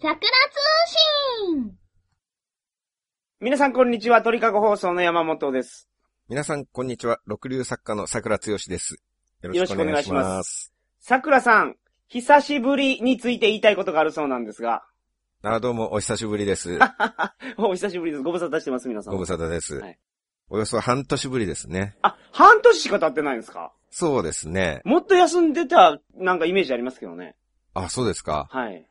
桜通信皆さんこんにちは、鳥かご放送の山本です。皆さん、こんにちは。六流作家の桜剛です。よろしくお願いよしろしくお願ま。いします桜さん、久しぶりについて言いたいことがあるそうなんですが、 あ、どうも、お久しぶりです。お久しぶりです。ご無沙汰してます、皆さん。ご無沙汰です、はいおよそ半年ぶりですね。あ、半年しか経ってないんですかそうですね。もっと休んでた、なんかイメージありますけどね。あ、そうですか。はい。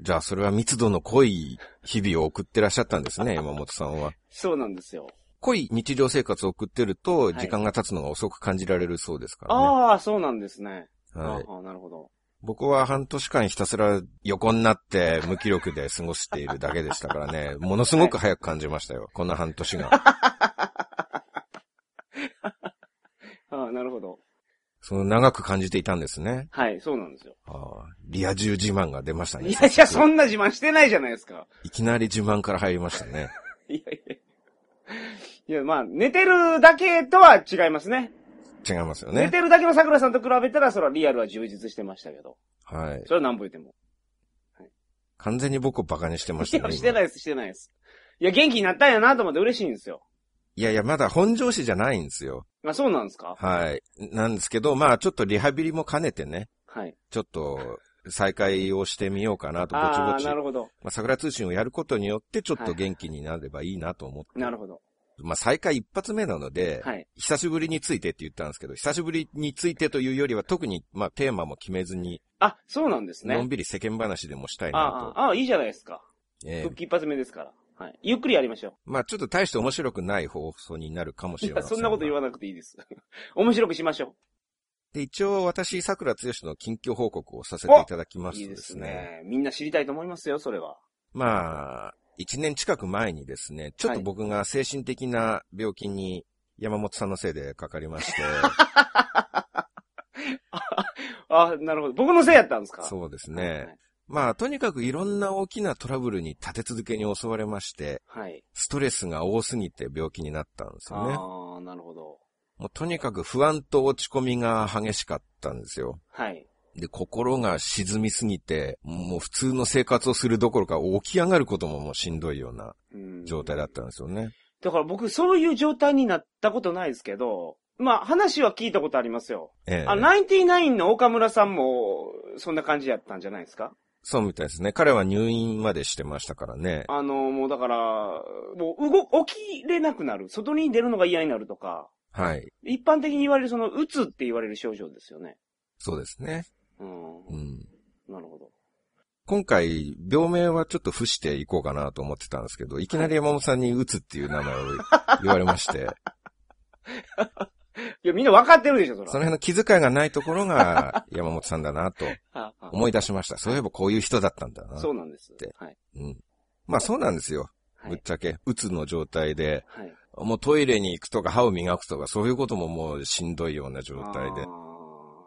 じゃあ、それは密度の濃い日々を送ってらっしゃったんです ね、山本さんは。そうなんですよ。濃い日常生活を送ってると、い時間が経つのが遅く感じられるそうですからね。ああ、そうなんですね。はああ、なるほど。僕は半年間ひたすら横になって無気力で過ごしているだけでしたからね、ものすごく早く感じましたよ、この半年が。ああ、なるほど。その長く感じていたんですね。はい、そうなんですよ。ああリア充自慢が出ましたね。いやいや、そんんな自慢してないじゃないですか。 いきなり自慢から入りましたね。いやいや。いや、まあ、寝てるだけとは違いますね。違いますよ寝ね。てるだけの桜さんと比べたら、それはリアルは充実してましたけど。はい。それは何ぼ言っても。完全に僕をバカにしてましいたね。や、して今ないです、してないです。いや、元気になったんやなと思って嬉しいんですよ。いやいや、まだ本上司じゃないんですよ。あ、そうなんですかはい。なんですけど、まあちょっとリハビリも兼ねてね、はい。ちょっと再開をしてみようかなと、ぼちあぼあ、ち。なるまほど。あ桜通信をやることによって、ちょっはいと元気になればいいなと思って。なるほど。まあ再開一発目なので、はい。久しぶりについてって言ったんですけど、久しぶりについてというよりは特に、まあテーマも決めずに、あ、そうなんですのねん。びり世間話でもしたいあなあ、ああ、いいじゃないですか。と。ええ復帰一発目ですから。はい。ゆっくりやりましょまあちょっと大して面白くない放送になるかもう。しいれまや、せんそんなこと言わない。なくていいです。 面白くしましょで、一応私、桜剛の近況報告をさせていただきまう。すいいとでですすね。ね。みんな知りたいと思いますよ、それは。まあ、一年近く前にですね、ちょっと僕が精神的な病気に山本さんのせいでかかり まして、あ、なるほど。僕のせいやったんですかそうですはいね。まあ、とにかくいろんな大きなトラブルに立て続けに襲われまして、はい。ストレスが多すぎて病気になったんですよね。ああ、なるほど。もうとにかく不安と落ち込みが激しかったんですよ。はい。で、心が沈みすぎて、もう普通の生活をするどころか起き上がることももうしんどいようなうん状態だったんですよね。だから僕、そういう状態になったことないですけど、まあ、話は聞いたことありますよ。ええあ、ナインティナインの岡村さんも、そんな感じやったんじゃないですかそうみたいですね。彼は入院までしてましたからね。あの、もうだから、もう動、起きれなくなる。外に出るのが嫌になるとか、はい。一般的に言われるその、うつって言われる症状ですよね。そうですね。うん。うん。なるほど。今回、病名はちょっと付していこうかなと思ってたんですけど、いきなり山本さんに打つっていう名前を言われ まして、いや、みんな分かってるでしょ、それ。その辺の気遣いがないところが 山本さんだなとああ思い出しました。そういえばこういう人だったんだな。。そううなんです。はい。ん。まあそうなんですよ。はぶっい。ちゃけ、うつの状態で、はい。もうトイレに行くとか歯を磨くとかそういうことももうしんどいような状態であ、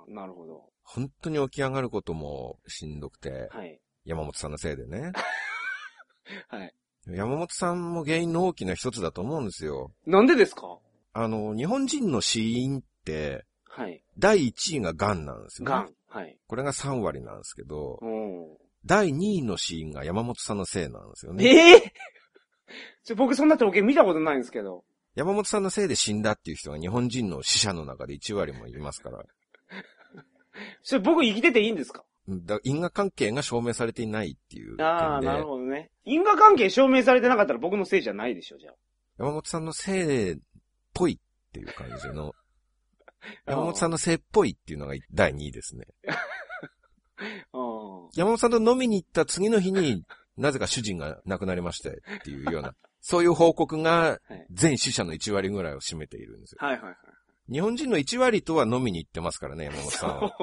ーなるほど。本当に起き上がることもしんどくて、はい。山本さんのせいでね。 はい。山本さんも原因の大きな一つだと思うんですよ。なんでですかあの、日本人の死因って、はい。第1位が癌なんですよ、がねん。。はい。これが3割なんですけど、うん。第2位の死因が山本さんのせいなんですよね。ええちょ僕そんな統計見たことないんですけど。山本さんのせいで死んだっていう人が日本人の死者の中で1割もいますから。それ僕生きてていいんですかだ因果関係が証明されていないっていう点で。ああ、なるほどね。因果関係証明されてなかったら僕のせいじゃないでしょ、じゃ山本さんのせいっぽいっていう感じ の、あ。山本さんの。のせいっぽいっていうのが第2位ですね。うん山本さんと飲みに行った次の日に、なぜか主人が亡くなりましてってい うような、そういう報告がはい全死者の1割ぐらいを占めているんですよ。はいはいはい。日本人の1割とは飲みに行ってますからね、山本さ んは。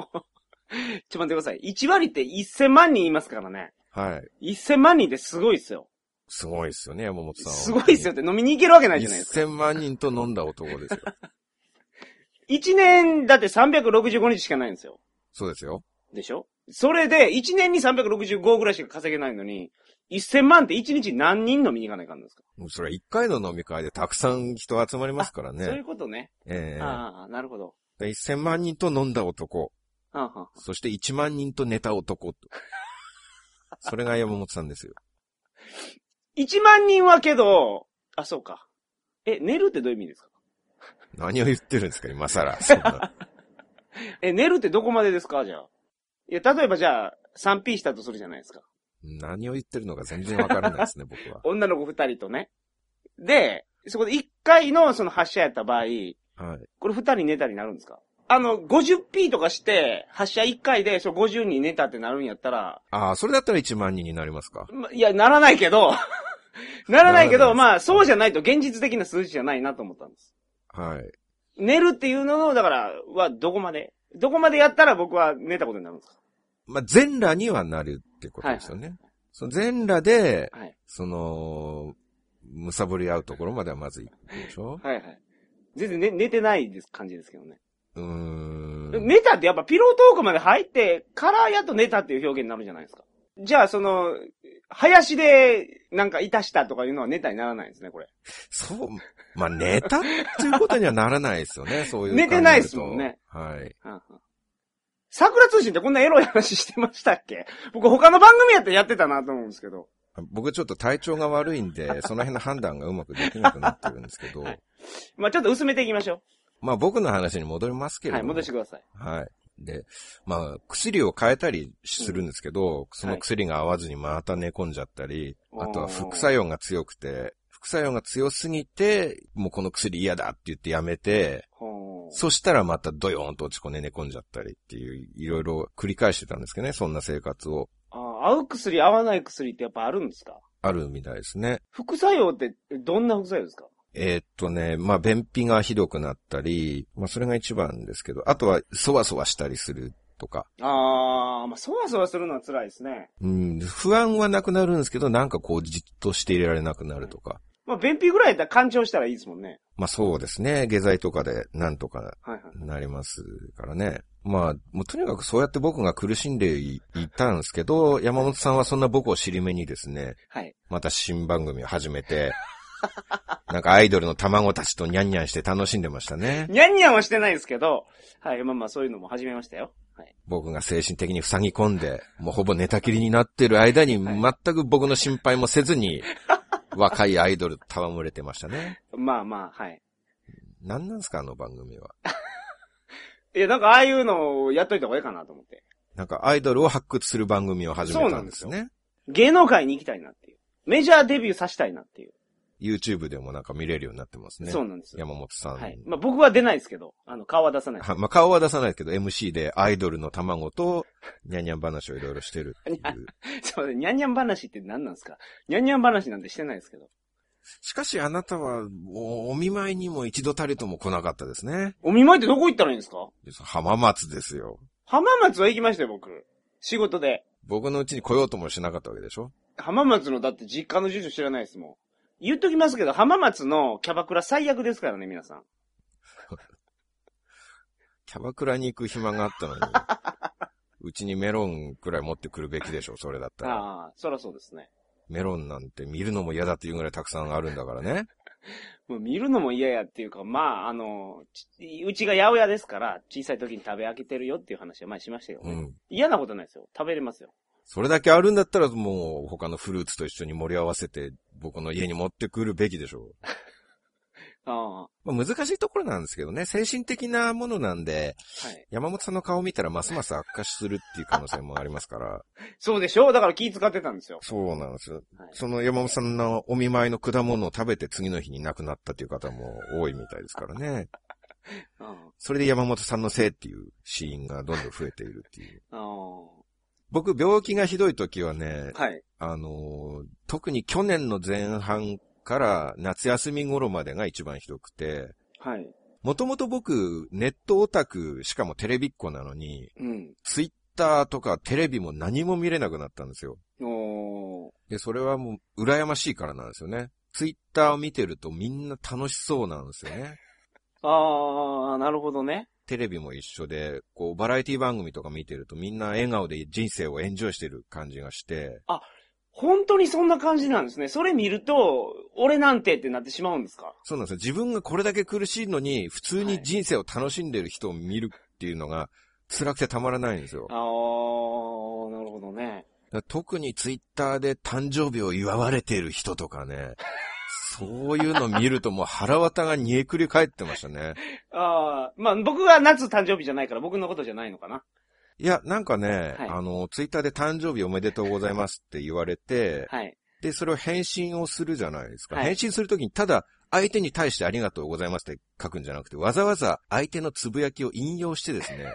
ちょ、待ってください。1割って1000万人いますからね。はい。 1000万人ってすごいっすよ。すごいですよね、山本さんは。すごいっすよって飲みに行けるわけないじゃないですか。 1000万人と飲んだ男ですよ。 1年だって365日しかないんですよ。そうですよ。でしょそれで、1年に365ぐらいしか稼げないのに、1000万って1日何人飲みに行かないかんですか、もうそれは1回の飲み会でたくさん人集まりますからそういね。うことね。ええああ、なるほど。で1000万人と飲んだ男。ああ、そして1万人と寝た男と。 それが山本さんですよ。 1万人はけど、あ、そうか。え、寝るってどういう意味ですか何を言ってるんですか、今更。そ んなえ、寝るってどこまでですかじゃあ。いや、例えばじゃあ、3P したとするじゃないですか。何を言ってるのか全然わからないですね、僕は。女の子2人とね。で、そこで1回のその発射やった場合、はい。これ2人寝たりなるんですかあの、50P とかして、発射1回で、その50人寝たってなるんやったら、ああ、それだったら1万人になりますか。まいや、ならないけど、 ならないけならないでど、すまあ、そうじゃないと現実的な数字じゃないなと思ったんです。はい。寝るっていうのの、だから、は、どこまでどこまでやったら僕は寝たことになるんですかまあ、全裸にはなるってことですよね。その全裸で、はい。その、むさぼり合うところまではまず行くでしょはいはい。全然寝、寝てないです感じですけどね。うーん。寝たってやっぱピロートークまで入ってからやっと寝たっていう表現になるじゃないですか。じゃあ、その、林でなんかいたしたとかいうのは寝たにならないんですね、これ。そう、まあ、寝たっていうことにはならないですよね、そうい う。寝てないですもんね。はい。うんうん桜通信ってこんなエロい話してましたっけ僕他の番組やったらやってたなと思うんですけど。僕ちょっと体調が悪いん で、その辺の判断がうまくできなくなってるんですけど、まあちょっと薄めていきましょまあ僕の話に戻りますけう。れはどい、も。戻してください。はい。で、まあ、薬を変えたりするんですけど、その薬が合わずにまた寝込んじゃったり、はいあとは副作用が強くて、副作用が強すぎて、もうこの薬嫌だって言ってやめて、ほーそしたらまたドヨーンと落ち込んで寝込んじゃったりっていう、いろいろ繰り返してたんですけどね、そんな生活を。あー合う薬、合わない薬ってやっぱあるんですかあるみたいですね。副作用ってどんな副作用ですかえーっとね、まあ、便秘がひどくなったり、まあ、それが一番ですけど、あとは、そわそわしたりするとか、あー、まあそわそわするのは辛いですね。うん、不安はなくなるんですけど、なんかこう、じっとしていられなくなるとか、まあ便秘ぐらいやったら干潮したらいいですもんね。まあ、そうですね、下剤とかでなんとかはいはい。なりますからね。まあ、もうとにかくそうやって僕が苦しんでいいたんですけど、山本さんはそんな僕を尻目にですね、はい。また新番組を始めて、なんかアイドルの卵たちとニャンニャンして楽しんでましたね。にゃんにゃんはしてないですけど、はい、まあまあそういうのも始めましたよ。はい。僕が精神的に塞ぎ込んで、もうほぼ寝たきりになってる間に、はい全く僕の心配もせずに、 若いアイドルと戯れてましたね。まあまあ、はい。何なんですか、あの番組は。いや、なんかああいうのをやっといた方がいいかなと思って。なんかアイドルを発掘する番組を始めたんですそうね。芸能界に行きたいなっていう。メジャーデビューさせたいなっていう。 YouTube でもなんか見れるようになってますね。そうなんですよ。山本さん。はい。まあ僕は出ないですけど、あの、顔は出さない。はまあ、顔は出さないですけど、MC でアイドルの卵と、ニャンニャン話をいろいろしてるっていニャ う。 そうね、にゃんにゃん話って何なんですかにゃんにゃん話なんてしてないですけど。しかしあなたは、おお見舞いにも一度たりとも来なかったですね。お見舞いってどこ行ったらいいんですか浜松ですよ。浜松は行きましたよ、僕。仕事で。僕のうちに来ようともしなかったわけでしょ浜松の、だって実家の住所知らないですもん。言っときますけど、浜松のキャバクラ最悪ですからね、皆さん。キャバクラに行く暇があったのに。うちにメロンくらい持ってくるべきでしょ、それだったら。ああ、そらそうですね。メロンなんて見るのも嫌だっていうぐらいたくさんあるんだからね。もう見るのも嫌やっていうか、まあ、あの、ちうちが八百屋ですから、小さい時に食べ飽きてるよっていう話は前にしましたよ、うねん。嫌なことないですよ。食べれますよ。それだけあるんだったらもう他のフルーツと一緒に盛り合わせて僕の家に持ってくるべきでしょあう。まあ、難しいところなんですけどね、精神的なものなんで、あ、はい。山本さんの顔見たらますます悪化するっていう可能性もありますから。 そうでしょだから気使ってたんですよ。そうなんですよ。はいその山本さんのお見舞いの果物を食べて次の日に亡くなったっていう方も多いみたいですからね。ああそれで山本さんのせいっていう死因がどんどん増えているっていう。ああ僕、病気がひどい時はね、はい。あのー特に去年の前半から夏休み頃までが一番ひどくて、はい。もともと僕、ネットオタク、しかもテレビっ子なのに、うん。ツイッターとかテレビも何も見れなくなったんですよ。おーで、それはもう、羨ましいからなんですよね。ツイッターを見てるとみんな楽しそうなんですよね。ああ、なるほどね。テレビも一緒で、こう、バラエティ番組とか見てるとみんな笑顔で人生をエンジョイしてる感じがして、本当にそんな感じなんですね。それ見ると、俺なんてってなってしまうんですかそうなんですよ。自分がこれだけ苦しいのに、普通に人生を楽しんでる人を見るっていうのが、辛くてたまらないんですよ。ああ、なるほどね。だ特にツイッターで誕生日を祝われている人とかね、そういうの見るともう腹渡が煮えくり返ってましたね。ああ、まあ僕は夏誕生日じゃないから僕のことじゃないのかな。いや、なんかね、はいあの、ツイッターで誕生日おめでとうございますって言われて、はい。で、それを返信をするじゃないですか。はい返信するときに、ただ、相手に対してありがとうございますって書くんじゃなくて、わざわざ相手のつぶやきを引用してです ね、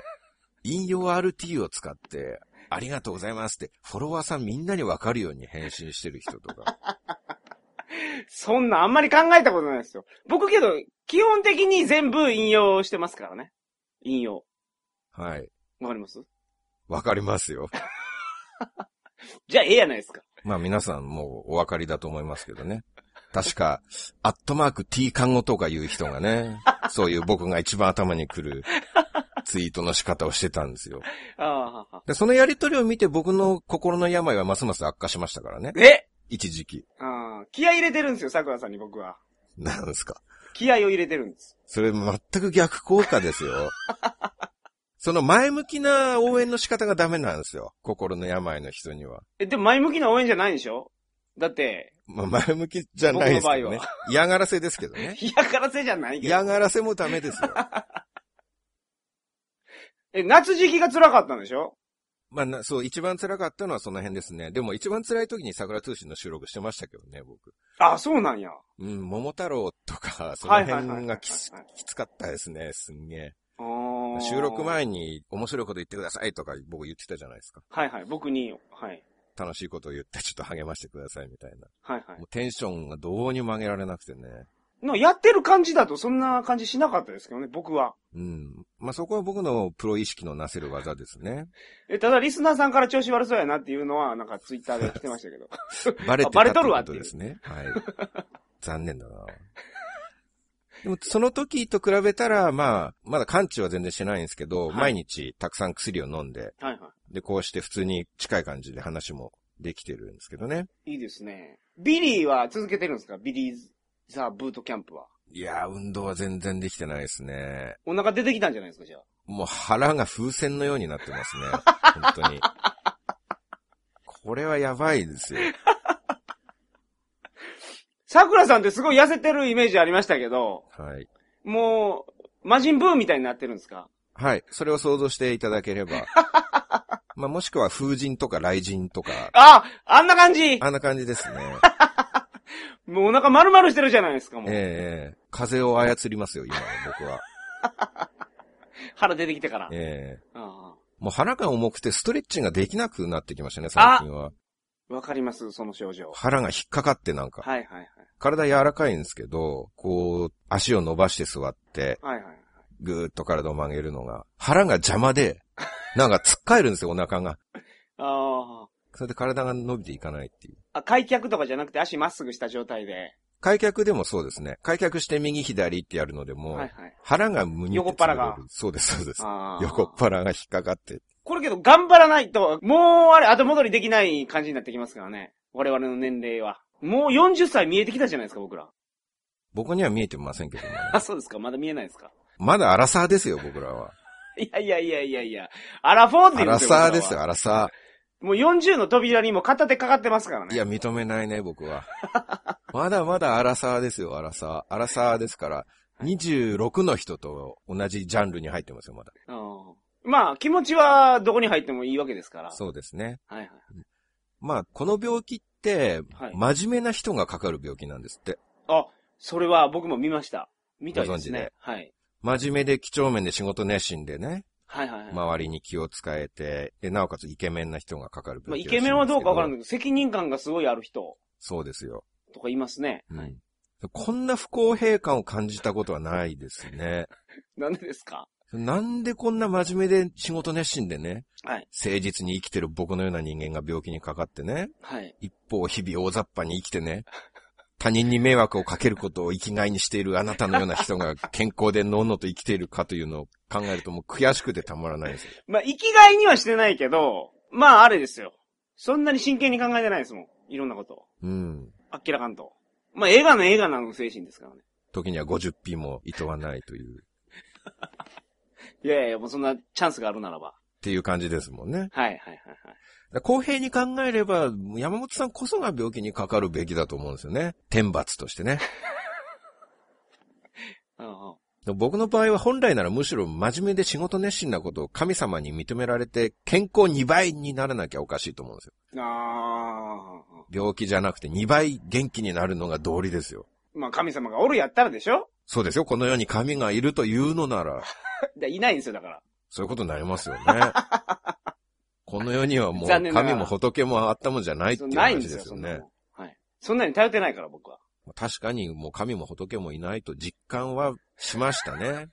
引用 RT を使って、ありがとうございますって、フォロワーさんみんなにわかるように返信してる人とか。そんなあんまり考えたことないですよ。僕けど、基本的に全部引用してますからね。引用。はい。わかりますわかりますよ。じゃあええやないですか。まあ皆さんもうお分かりだと思いますけどね。確か、アットマーク t 看護とかいう人がね、そういう僕が一番頭に来るツイートの仕方をしてたんですよ。ああはあはで、そのやりとりを見て僕の心の病はますます悪化しましたからね。あ。え一時期。ああ、気合い入れてるんですよ、桜さんに僕は。なんですか。気合を入れてるんです。それ全く逆効果ですよ。その前向きな応援の仕方がダメなんですよ。心の病の人には。え、でも前向きな応援じゃないでしょだって、まあ、前向きじゃないですけど僕のね場合。嫌がらせですけどね。嫌からせじゃないけど。嫌がらせもダメですよ。え、夏時期が辛かったんでしょまあな、そう、一番辛かったのはその辺ですね。でも一番辛い時に桜通信の収録してましたけどね、僕。あ、そうなんや。うん、桃太郎とか、 そはのいはいはい辺がきつきつかったですね、すんげえ。あー収録。前に面白いこと言ってくださいとか僕言ってたじゃないですか。はいはい、僕に、はい。楽しいことを言ってちょっと励ましてくださいみたいな。はいはいもう。テンションがどうにも上げられなくてね。のやってる感じだとそんな感じしなかったですけどね、僕は。うん。まあ、そこは僕のプロ意識のなせる技ですね。え、ただリスナーさんから調子悪そうやなっていうのは、なんかツイッターで来てましたけど。 バレてたバってレとるわっこてというですね。はい。残念だな。でも、その時と比べたら、まあ、まだ完治は全然してないんですけど、はい毎日たくさん薬を飲んで、はいはで、こうして普通に近い感じで話もできてるんですけどね。い。いいですね。ビリーは続けてるんですかビリーザ・ブートキャンプは。いやー、運動は全然できてないですね。お腹出てきたんじゃないですか、じゃあ。もう腹が風船のようになってますね。本当に。これはやばいですよ。桜さんってすごい痩せてるイメージありましたけど、はい。もう、魔人ブーみたいになってるんですかはい。それを想像していただければ。まあ、もしくは風神とか雷神とか、ああんな感じ あんな感じですね。もうお腹丸々してるじゃないですか、もう。ええ風を操りますよ、今は僕 は。腹出てきてから。ええあもう腹が重くてストレッチができなくなってきましたね、最近は。あわかります、その症状。腹が引っかかってなんか。はいはいはい。体柔らかいんですけど、こう、足を伸ばして座って、はいはい。ぐーっと体を曲げるのが、腹が邪魔で、なんか突っかえるんですよ、お腹が。あそれで体が伸びていかないっていう。あ。あ、開脚とかじゃなくて足まっすぐした状態で。開脚でもそうですね。開脚して右左ってやるのでも、はいはい。腹が無に横っ腹が。そうです、そうです。ああ。横っ腹が引っかかって。これけど頑張らないと、もうあれ後戻りできない感じになってきますからね。我々の年齢は。もう40歳見えてきたじゃないですか、僕ら。 僕には見えてませんけどもね。あ、そうですか。まだ見えないですか。まだアラサーですよ、僕らは。いやいやいやいやいや。アラフォーってア言うんラですよ。サーですよ、僕らはアラサもう40の扉にも片手かかってますからー。ね。いや、認めないね、僕は。まだまだアラサーですよ、アラサー。アラサーですから、26の人と同じジャンルに入ってますよ、まだ。うん。まあ、気持ちはどこに入ってもいいわけですから。そうですね。はいはい。まあ、この病気って、はい真面目な人がかかる病気なんですって。あ、それは僕も見ました。見たいですね。はい。真面目で几帳面で仕事熱心でね、はいはいはい。まあ、周りに気を使えて、で、なおかつイケメンな人がかかる病イ気らしケいんですメけンはどうかわからんい。けど、責任感がすごいある人そうですよ。とかいますね。うんはい。こんな不公平感を感じたことはないですね。なんでですかなんでこんな真面目で仕事熱心でね、はい誠実に生きてる僕のような人間が病気にかかってね、はい。一方日々大雑把に生きてね、他人に迷惑をかけることを生きがいにしているあなたのような人が健康でのんのと生きているかというのを考えるともう悔しくてたまらないですよ。まあ、生きがいにはしてないけど、まあ、あれですよ。そんなに真剣に考えてないですもん。いろんなことを。うん。あっけらかんと。まあ、映画の映画なの精神ですからね。時には 50p も厭わないという。いやいや、もうそんなチャンスがあるならば。っていう感じですもんね。はいはいはいはい。だから公平に考えれば、山本さんこそが病気にかかるべきだと思うんですよね。天罰としてね。うんうん。僕の場合は本来ならむしろ真面目で仕事熱心なことを神様に認められて健康2倍にならなきゃおかしいと思うんですよ。ああ。病気じゃなくて2倍元気になるのが道理ですよ。まあ神様がおるやったらでしょそうですよ。この世に神がいるというのなら、でいないんですよ、だから。そういうことになりますよ ね。この世にはもう残念なが神らも仏もあったもんじゃないってそいううないんで話ですよ、すそよんなね。もん。はい。そんなに頼ってないから、僕は。確かにもう神も仏もいないと実感はしましたね。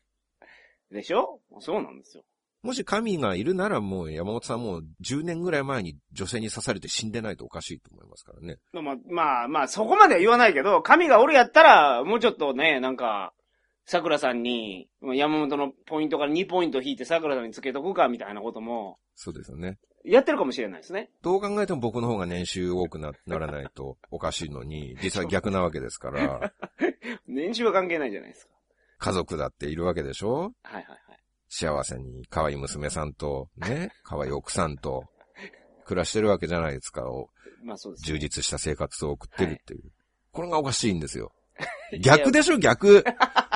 でしょそうなんですよ。もし神がいるならもう山本さんもう10年ぐらい前に女性に刺されて死んでないとおかしいと思いますからね。まあまあ、まあ、そこまでは言わないけど、神がおるやったら、もうちょっとね、なんか、桜さんに、山本のポイントから2ポイント引いて桜さんにつけとくか、みたいなことも、そうですよね。やってるかもしれないですね。どう考えても僕の方が年収多くなならないとおかしいのに、実は逆なわけです から、年収は関係ないじゃないですか。家族だっているわけでしょはいはいはい。幸せに可愛い娘さんと、ね、可愛い奥さんと、暮らしてるわけじゃないですか。おまあそうです、充実した生活を送ってるっていう。これがおかしいんですよ。いや逆でしょ、逆。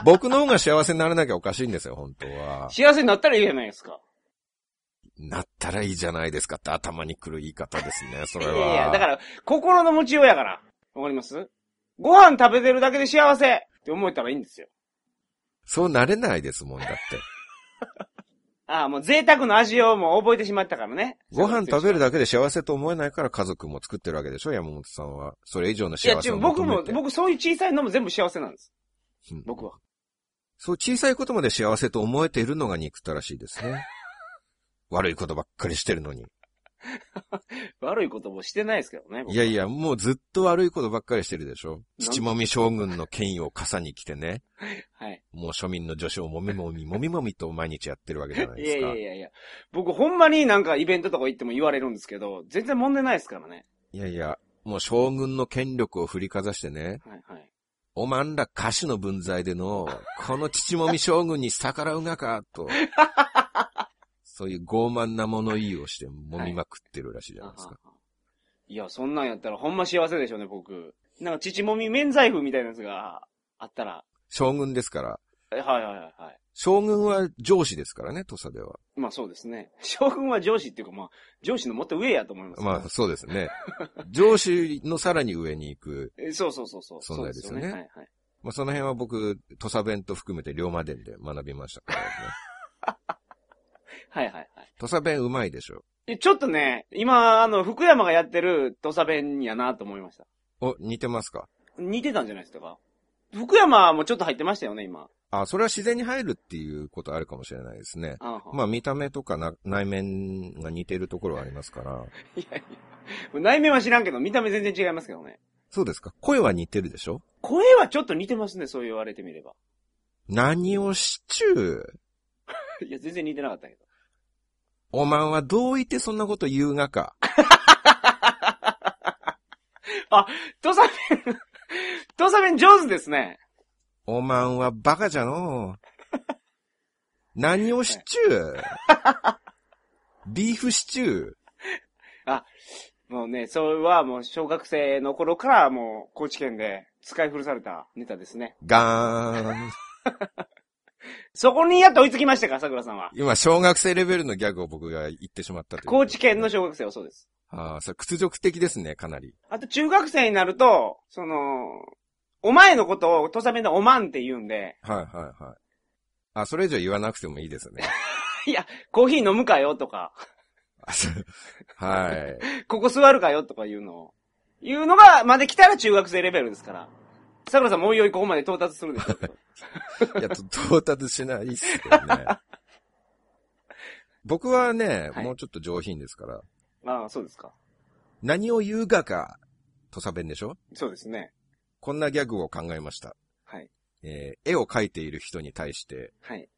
僕の方が幸せにならなきゃおかしいんですよ、本当は。幸せになったらいいじゃないですか。なったらいいじゃないですかって頭にくる言い方ですね、そいやれは。いやいや、だから、心の持ちようやから。わかりますご飯食べてるだけで幸せって思えたらいいんですよ。そうなれないですもん、だって。ああ、もう贅沢の味をもう覚えてしまったからね。ご飯食べるだだけで幸せと思えないから家族も作ってるわけでしょ、山本さんは。それ以上のいや、幸違せうを僕求もめ、て。僕そういう小さいのも全部幸せなんです。うん僕は。 そう、小さいことまで幸せと思えているのが憎たらしいです ね。悪いことばっかりしてるのに。悪いこともしてないですけどね。僕いやいや、もうずっと悪いことばっかりしてるでしょ。父もみ将軍の権威を傘に来てね。はい。もう庶民の女子をもみもみ、もみもみと毎日やってるわけじゃないいでやすいか。やいやいや。僕ほんまになんかイベントとか行っても言われるんですけど、全然問題ないですからね。いやいや、もう将軍の権力を振りかざしてね、はいはい。おまんら歌手の分際での、この父もみ将軍に逆らうがか、 と。そういう傲慢な物言いをして揉みまくってるらしいじゃないですか。いや、そんなんやったらほんま幸せでしょうね、僕。なんか、父もみ免罪符みたいなやつがあったら。将軍ですから。えはいはいはいはい。将軍は上司ですからね、土佐では。まあそうですね。将軍は上司っていうか、まあ、上司のもっと上やと思います。まあそうですね。上司のさらに上に行く。えそうそうそうそう。存在ですよねそうはいはい。まあその辺は僕、土佐弁と含めて龍馬伝で学びましたからね。 はいはいはい。土佐弁うまいでしょ。えちょっとね、今、あの、福山がやってる土佐弁やなと思いました。お、似てますか似てたんじゃないですか。福山もちょっと入ってましたよね、今。あ、それは自然に入るっていうことあるかもしれないですね。ああまあ見た目とかな内面が似てるところはありますから。いやいや。内面は知らんけど、見た目全然違いますけどね。そうですか声は似てるでしょ声はちょっと似てますね、そう言われてみれば。 何をしちゅういや、全然似てなかったけど。おまんはどういてそんなこと言うがか。土佐弁、 土佐弁上手ですね。おまんはバカじゃ のう。何をしちゅうビーフシチュー。もうね、それはもう小学生の頃からもう高知県で使い古されたネタですね。ガーン。そこにやっと追いつきましたか、桜さんは。今、小学生レベルのギャグを僕が言ってしまったという高知県の。小学生はそうです。ああ、それ屈辱的ですね、かなり。あと中学生になると、その、お前のことを土佐弁でおまんって言うんで、はいはいはい。あ、それ以上言わなくてもいいです ね。コーヒー飲むかよとか、あそうはい。ここ座るかよとかいうのを、言うのが、まで来たら中学生レベルですから。桜さんもういよいここまで到達するでしょう けど。いや、と到達しないっすよ ね。僕はね、はいもうちょっと上品ですから、ああ、そうですか。何を言うがか、土佐弁でしょそうですね。こんなギャグを考えました。はい。えー絵を描いている人に対して、はい。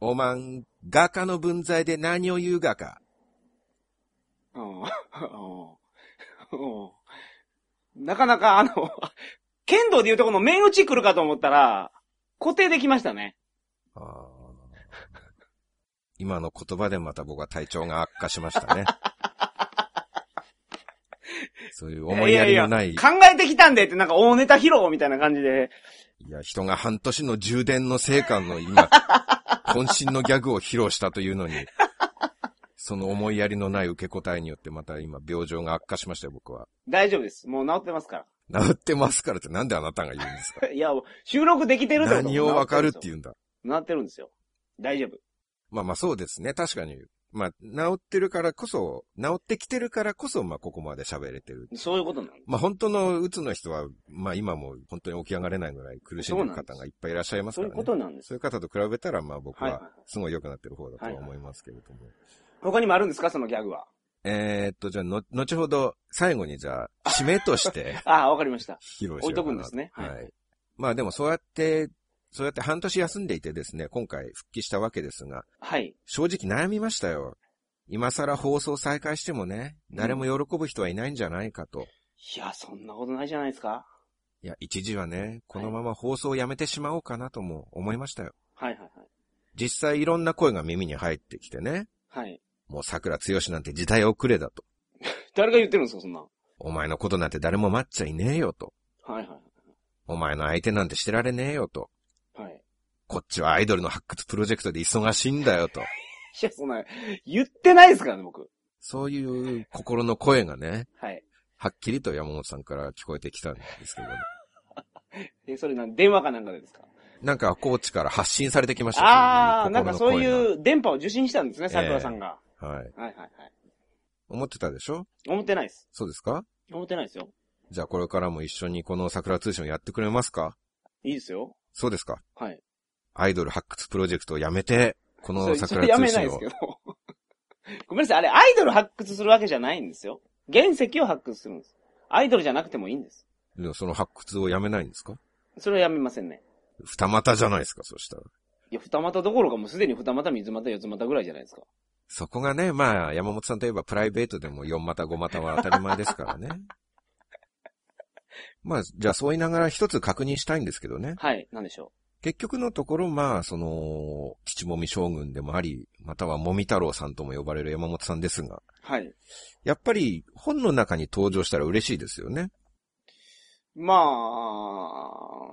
おまん、画家の文在で何を言うがか。うん。 うんなかなか、あの、剣道でいうとこの面打ち来るかと思ったら、固定できましたね。あー今の言葉でまた僕は体調が悪化しまし たね。そういう思いやりのない、いや考えてきたんでって、なんか大ネタ披露みたいな感じで。人が半年の充電の成果の今、 渾身のギャグを披露したというのに、その思いやりのない受け答えによってまた今病状が悪化しましたよ、僕は。大丈夫です。もう治ってますか治ってますからってなんであなたが言うんですか ら。いや、収録できてるってこと何をわかるってい言うんだ。う。治ってるんですよ。大丈夫。まあまあそうですね。確かに。まあ、治ってるからこそ、治ってきてるからこそ、まあここまで喋れてる。そういうことなの。まあ本当の鬱の人は、まあ今も本当に起き上がれないぐらい苦しんでる方がいっぱいいらっしゃいますそかういらうね。ことなんですそういう方と比べたら、まあ僕はいはいははいすごい良くなってる方だとは思いますけれども。他にもあるんですかそのギャグは。えーっと、じゃあの、後ほど最後にじゃあ、締めと してああ、わかりました。披露しようかな置いとくんですねは。はいまあでもそうやって、そうやって半年休んでいてですね、今回復帰したわけですが、はい。正直悩みましたよ。今更放送再開してもね、誰も喜ぶ人はいないんじゃないかと。いや、そんなことないじゃないですか。いや、一時はね、このまま放送をやめてしまおうかなとも思いましたよ。はいはいはい。実際いろんな声が耳に入ってきてね、はい。もう桜強しなんて時代遅れだと。誰が言ってるんですかそんな。お前のことなんて誰も待っちゃいねえよと。はいはお前の相手なんてしてられねえよと。い。はい。こっちはアイドルの発掘プロジェクトで忙しいんだよと。いや、そんな、言ってないですからね、僕。そういう心の声がね、はい。はっきりと山本さんから聞こえてきたんですけどね。え、それなん、電話かなんかでですかなんか、コーチから発信されてきました。ああ、なんかそうういう電波を受信したんですね、桜さんが。心の声が。はい。はいはいはい。思ってたでしょ思ってないです。そうですか思ってないですよ。じゃあこれからも一緒にこの桜通信をやってくれますかいいですよ。そうですかはい。アイドル発掘プロジェクトをやめて、こそのれそれ桜や通めない信ですをけ。ど。 ごめんなさい、あれ、アイドル発掘するわけじゃないんですよ。原石を発掘するんです。アイドルじゃなくてもいいんです。でもその発掘をやめないんですかそれはやめませんね。二股じゃないですか、そしたら。いや、二股どころかもうすでに二股、水股、四つ股ぐらいじゃないですか。そこがね、まあ、山本さんといえばプライベートでも4股5股は当たり前です からね。まあ、じゃあそう言いながら一つ確認したいんですけどね。はい、なんでしょ結局のところ、まあ、その、父もみ将軍でもあり、またはもみ太郎さんとも呼ばれる山本さんですが、う。はい。やっぱり本の中に登場したら嬉しいですよね。まあ、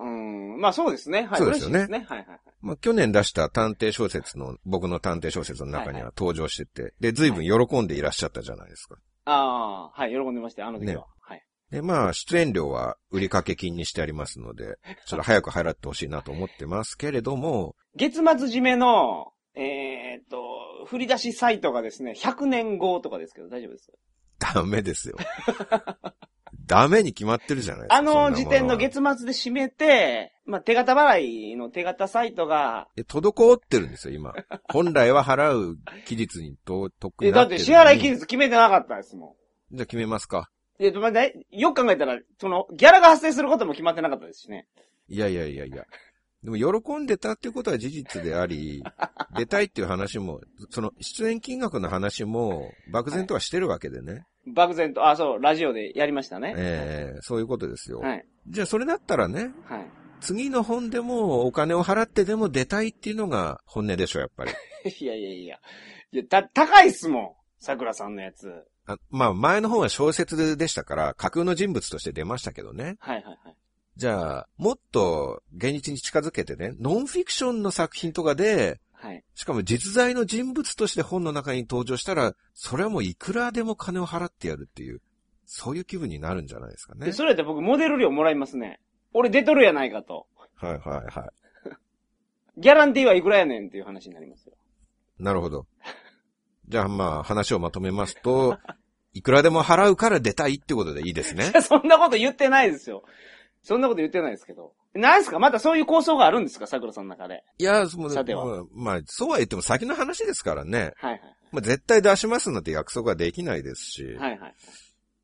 うん、まあそうですね。はい、そうですよね嬉しいですね。はいはいはい。まあ、去年出した探偵小説の、僕の探偵小説の中には登場してて、で、随分喜んでいらっしゃったじゃないですか。ああ、はい、喜んでましたよあの時は。ねはい。で、まあ、出演料は売掛金にしてありますので、ちょっと早く払ってほしいなと思ってますけれども、 月末締めの、えーっと、振り出しサイトがですね、100年後とかですけど、大丈夫です。ダメで すよ。ダメに決まってるじゃないですか。あそんなものは時点の月末で締めて、まあ、手形払いの手形サイトが、え、滞ってるんですよ、今。本来は払う期日にと、とっくえ、にだなっるてのに支払い期日決めてなかったですもじゃあ決めますか。ん。え、まあねよく考えたら、その、ギャラが発生することも決まってなかったですしね。いやいやいやいや。でも、喜んでたっていうことは事実であ り、出たいっていう話も、その、出演金額の話も、漠然とはしてるわけでね。漠然と、あ、そう、ラジオでやりましたね。ええそういうことですよ。はい、じゃあ、それだったらね、はい。 次の本でも、お金を払ってでも出たいっていうのが本音でしょ、やっぱり。いやいやいや。いや、た、高いっすもん。桜さんのやつ。あまあ、前の本は小説でしたから、架空の人物として出ましたけどね。はいはいはい。じゃあ、もっと、現実に近づけてね、ノンフィクションの作品とかで、はい。しかも実在の人物として本の中に登場したら、それはもういくらでも金を払ってやるっていう、そういう気分になるんじゃないですかねで、。それやったら僕、モデル料もらいますね。俺出とるやないかと。はいはいはギャランティーはいくらやねんっていう話になりますよ。い。なるほど。じゃあまあ話をまとめますと、いくらでも払うから出たいってことでいいですねい。や そんなこと言ってないですよ。そんなこと言ってないですけど。なんすかまたそういう構想があるんですか桜さんの中で。いや、もうさてはまあまあ、そうは言っても先の話ですからね。はいまあ絶対出しますなんて約束はできないですし。はい。はいはい。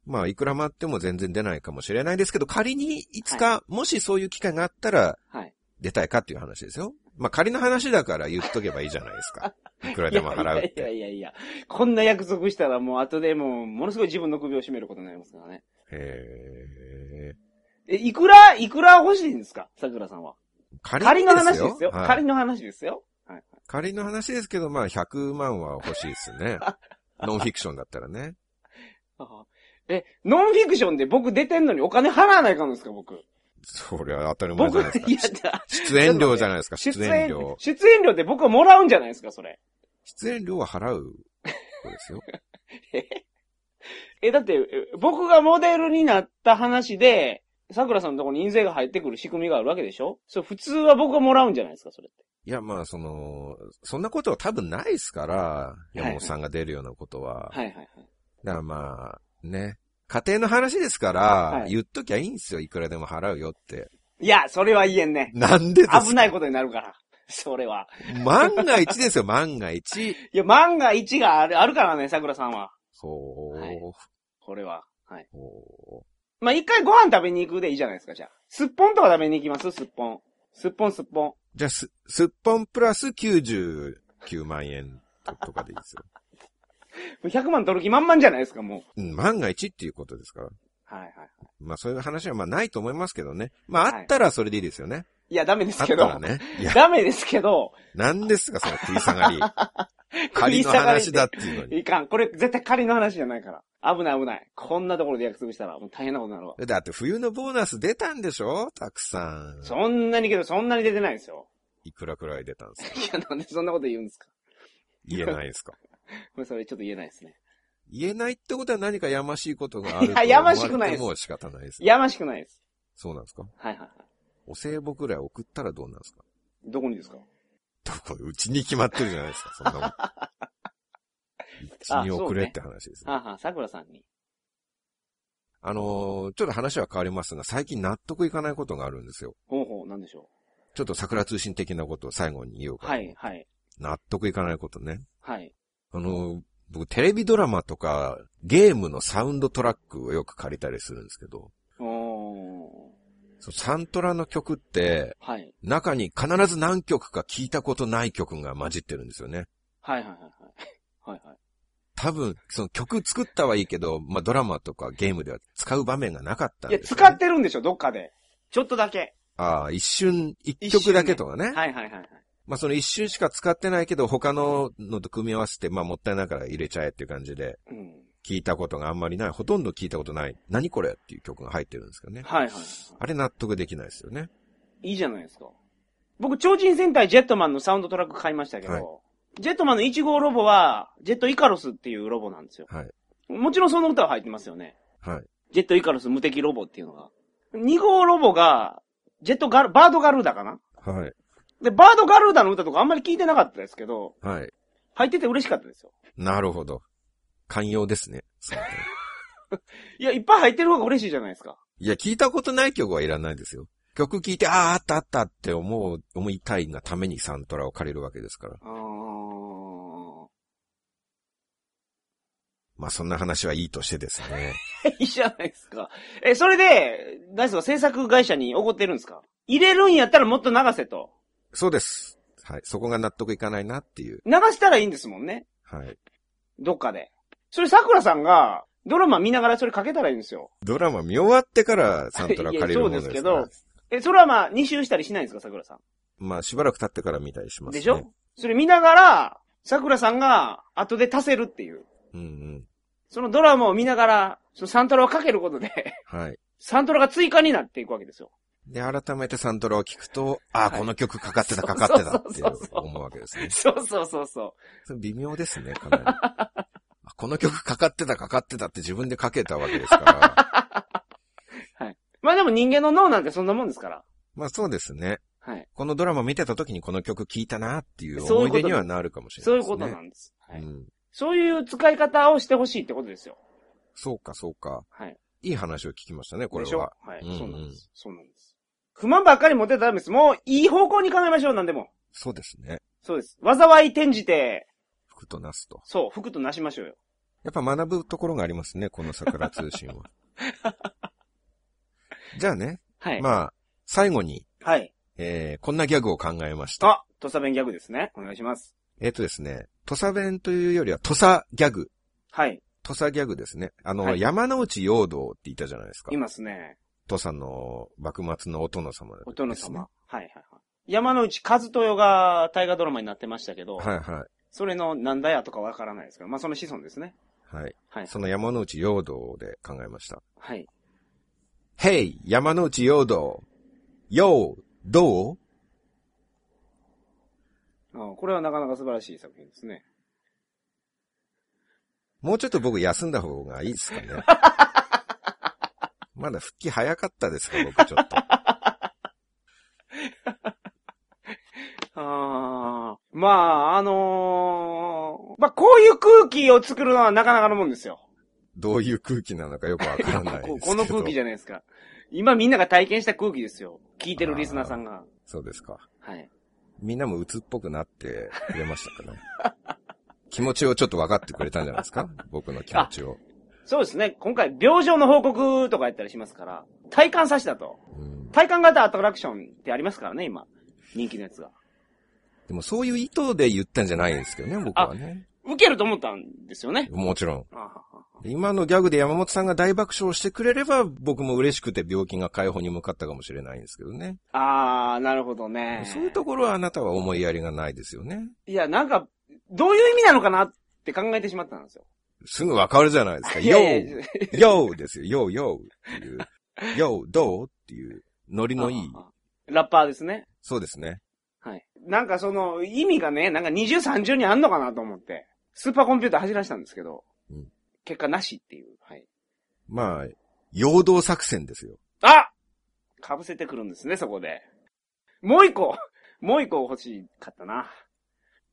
まあ、いくら待っても全然出ないかもしれないですけど、仮にいつか、もしそういう機会があったら、はい。出たいかっていう話ですよ。まあ、仮の話だから言っとけばいいじゃないです か。いくらでも払うっいやて。いやいやいや。こんな約束したらもう後でもう、ものすごい自分の首を絞めることになりますからね。へえ、ーいくら、いくら欲しいんですか桜さんは。仮仮のにで話すですよ。はい仮の話ですよ。はい。 仮の話ですけど、まあ、100万は欲しいです ね。ノンフィクションだったらね。あえ、ノンフィクションで僕出てんのにお金払わないかんですか、僕。そりゃ当たり前じ僕、ゃいなやいですか。、だ出演料じゃないですか、出出演演料。出演料って僕はもらうんじゃないですか、それ。出演料は払う子ですよ。 え、だって、え僕がモデルになった話で、桜さんのところに印税が入ってくる仕組みがあるわけでしょそれ普通は僕がもらうんじゃないですか、それって。いや、まあ、その、そんなことは多分ないですから、山本さんが出るようなことは。はいはいはい。だからまあ、ね。家庭の話ですから、はい言っときゃいいんですよ。いくらでも払うよって。いや、それは言えんね。なんでですか危ないことになるから。 それは。万が一ですよ、万が一。いや、万が一がある、あるからね、桜さんは。ほう、はいこれは。はい。ほまあ、一回ご飯食べに行くでいいじゃないですか、じゃあ。すっぽんとか食べに行きますすっぽん。すっぽんすっぽん。う。じゃあ、す、すっぽんプラス99万円ととかでいいですよ。 100万取る気満々じゃないですか、もう。うん、万が一っていうことですから。はいはい。まあ、そういう話はまあないと思いますけどね。まあ、はいあったらそれでいいですよね。いや、ダメであすっけたど。らね。いや、ダメですけど、なんですか、その食い下がり。食い仮下のがり話だっていうのに。いかん。これ絶対仮の話じゃないから。危ない危ない。こんなところで約束したらもう大変なことになるわ。だって冬のボーナス出たんでしょたくさん。そんなにけど、そんなに出てないですよ。いくらくらい出たんですかいや、なんでそんなこと言うんですか。言えないですかこれそれちょっと言えないですね。言えないってことは何かやましいことがあるといややましくないです思われてもう仕方ないです。やましくないです。そうなんですかはいはいはい。お歳暮くらい送ったらどうなんですかどこにですかどこ、うちに決まってるじゃないですか、そんなもん。うちに送れって話ですね。あはあ、はあ、桜さんに。のーちょっと話は変わりますが、最近納得いかないことがあるんですよ。ほうほう、なんでしょちょっと桜通信的なことを最後に言おうう。かな。はいはい。納得いかないことね。はい。あのー僕、テレビドラマとか、ゲームのサウンドトラックをよく借りたりするんですけど、おそのサントラの曲って、ー。はい。中に必ず何曲か聞いたことない曲が混じってるんですよね。はいはいはいはい。はいはい。多分、その曲作ったはいいけど、まあ、ドラマとかゲームでは使う場面がなかったんいや、ですよ、ね。使ってるんでしょ、どっかで。ちょっとだけ。ああ、一瞬、一曲だけとかね。はいはいはいはい。まあ、その一瞬しか使ってないけど、他ののと組み合わせて、まあ、もったいないから入れちゃえっていう感じで、うん。聞いたことがあんまりない、ほとんど聞いたことない、何これっていう曲が入ってるんですけどね。はいはいはい。あれ納得できないですよね。いいじゃないですか。僕、超人戦隊ジェットマンのサウンドトラック買いましたけど、はいジェットマンの1号ロボは、ジェットイカロスっていうロボなんですよ。はい。もちろんその歌は入ってますよね。はい。ジェットイカロス無敵ロボっていうのが。2号ロボが、ジェットガル、バードガルーダかなはい。で、バードガルーダの歌とかあんまり聞いてなかったですけど、はい。入ってて嬉しかったですよ。なるほど。寛容ですね。そうねいや、いっぱい入ってる方が嬉しいじゃないですか。いや、聞いたことない曲はいらないですよ。曲聞いて、ああ、あったあったって思う、思いたいがためにサントラを借りるわけですから。あー。まあ、そんな話はいいとしてですね。いいじゃないですか。え、それで、何ですか、制作会社に怒ってるんですか入れるんやったらもっと流せと。そうです。はい。そこが納得いかないなっていう。流したらいいんですもんね。はい。どっかで。それ桜さんが、ドラマ見ながらそれかけたらいいんですよ。ドラマ見終わってからサントラ借りるものですか らいやそうですえ、それはまあ、2周したりしないんですか、桜さん。まあ、しばらく経ってから見たりしますね。でしょ、それ見ながら、桜さんが、後で足せるっていう。うんうん。そのドラマを見ながら、そのサントラをかけることで、 はい。サントラが追加になっていくわけですよ。で、改めてサントラを聞くと、ああ、はいこの曲かかってた、かかってたってそうそうそうそう思うわけですね。そうそうそうそそれ微妙ですね、かなり。あこの曲かかってた、かかってたって自分でかけたわけです から。う。まあでも人間の脳なんてそんなもんですから。まあそうですね。はい。このドラマ見てた時にこの曲聴いたなっていうそうい思ういこと出にはなるかもしれそなういいうですね。ことなんです。はいうん。そういう使い方をしてほしいってことですよ。そうか、そうか。はい。いい話を聞きましたね、こでれしょは。はい、うんうんそうなんです。そうなんです。不満ばっかり持ってたらダメです。もう、いい方向に考えましょう、なんでも。そうですね。そうです。災い転じて、服となすと。そう、服となしましょうよ。やっぱ学ぶところがありますね、この桜通信 は。じゃあね、はい。まあ、最後に、はい。えー、こんなギャグを考えました。あ、土佐弁ギャグですね。お願いします。えっ、とですね、土佐弁というよりは土佐ギャグ。はい。土佐ギャグですね。あの、はい山之内陽道って言ったじゃないですかい。ますね。土佐の幕末のお殿様です、ね。お殿様。はいはいはい。山之内和豊が大河ドラマになってましたけど、はいはそれのなんだやとかわからないですけど、まあその子孫ですね。い。はい。はい。その山之内陽道で考えました。はい。へい山之内陽道陽道ああこれはなかなか素晴らしい作品ですね。もうちょっと僕休んだ方がいいです かね。まだ復帰早かったですか、僕ちょっと。ああ、まあ、あのーまあこういう空気を作るのはなかなかのもんですよ。どういう空気なのかよくわからないですけ こど。この空気じゃないですか。今みんなが体験した空気ですよ。聞いてるリスナーさんが。そうですか。はい。みんなも鬱っぽくなってくれましたかね。 気持ちをちょっと分かってくれたんじゃないですか僕の気持ちを。そうですね。今回、病状の報告とかやったりしますから、体感差しだと。うん、体感型アトラクションってありますからね、今。人気のやつが。でもそういう意図で言ったんじゃないんですけどね、僕はね。受けると思ったんですよね。もちろん。あはは今のギャグで山本さんが大爆笑してくれれば、僕も嬉しくて病気が解放に向かったかもしれないんですけどね。あー、なるほどね。そういうところはあなたは思いやりがないですよね。いや、なんか、どういう意味なのかなって考えてしまったんですよ。すぐわかるじゃないですか。いよやいやう、ようですよ。よう、ようっていう。よう、どうっていう、ノリのいい。ああラッパーですね。そうですね。はい。なんかその、意味がね、なんか20、30にあんのかなと思って、スーパーコンピューター走らしたんですけど、うん結果なしっていう。はい。まあ、陽動作戦ですよ。あ被せてくるんですね、そこで。もう一個 もう一個欲しかったな。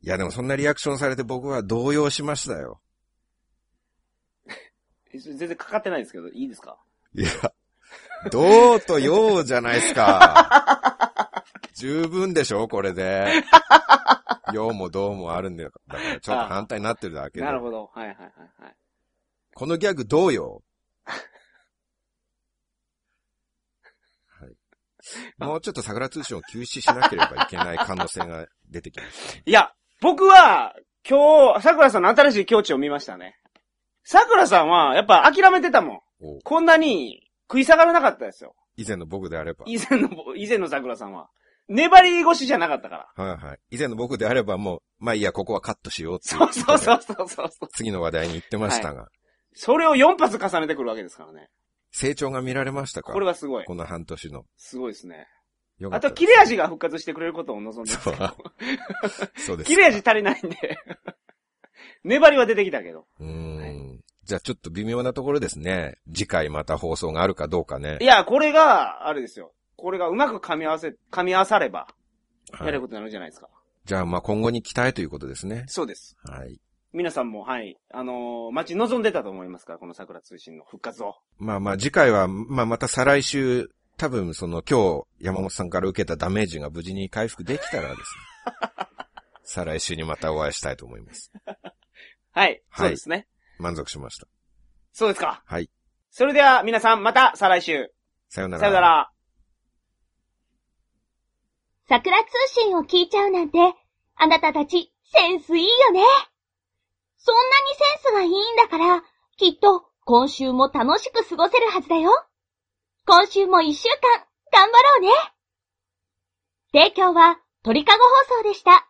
いや、でもそんなリアクションされて僕は動揺しましたよ。え全然かかってないですけど、いいですかいや、どうとようじゃないですか。 十分でしょこれで。ようもどうもあるんだから、ちょっと反対になってるだけでな。るほど。はいはいはいはい。このギャグどうよ。はい。もうちょっと桜通信を休止しなければいけない可能性が出てきました。いや、僕は、今日、桜さんの新しい境地を見ましたね。桜さんは、やっぱ諦めてたもん。 おこんなに食い下がらなかったですよ。以前の僕であれば。以前の、以前の桜さんは。粘り腰じゃなかったから。はいはい。以前の僕であればもう、まあいいや、ここはカットしようっていそうこうとで。そうそうそうそうそう。次の話題に言ってましたが、それを4発重ねてくるわけですからね。成長が見られましたかこれはすごいこ。の半年の。すごいですね。よかあったと、です切れ味が復活してくれることを望んでますけどそう そうです。切れ味足りないんで。粘りは出てきたけど。うーん。じゃあちょっと微妙なところですね。次回また放送があるかどうかねい。や、これが、あれですよ。これがうまく噛み合わせ、噛み合わされば、はいやることになるじゃないですか。じゃあまあ今後に期待ということですね。そうです。はい。皆さんも、はい。あのー待ち望んでたと思いますから、この桜通信の復活を。まあまあ次回は、まあまた再来週、多分その今日山本さんから受けたダメージが無事に回復できたら ですね。再来週にまたお会いしたいと思います。はい。はいそうですね。満足しました。そうですか。はい。それでは、皆さん、また、再来週。さようなら。さよなら。桜通信を聞いちゃうなんて、あなたたちセンスいいよね。そんなにセンスがいいんだから、きっと今週も楽しく過ごせるはずだよ。今週も一週間、頑張ろうね。提供は鳥かご放送でした。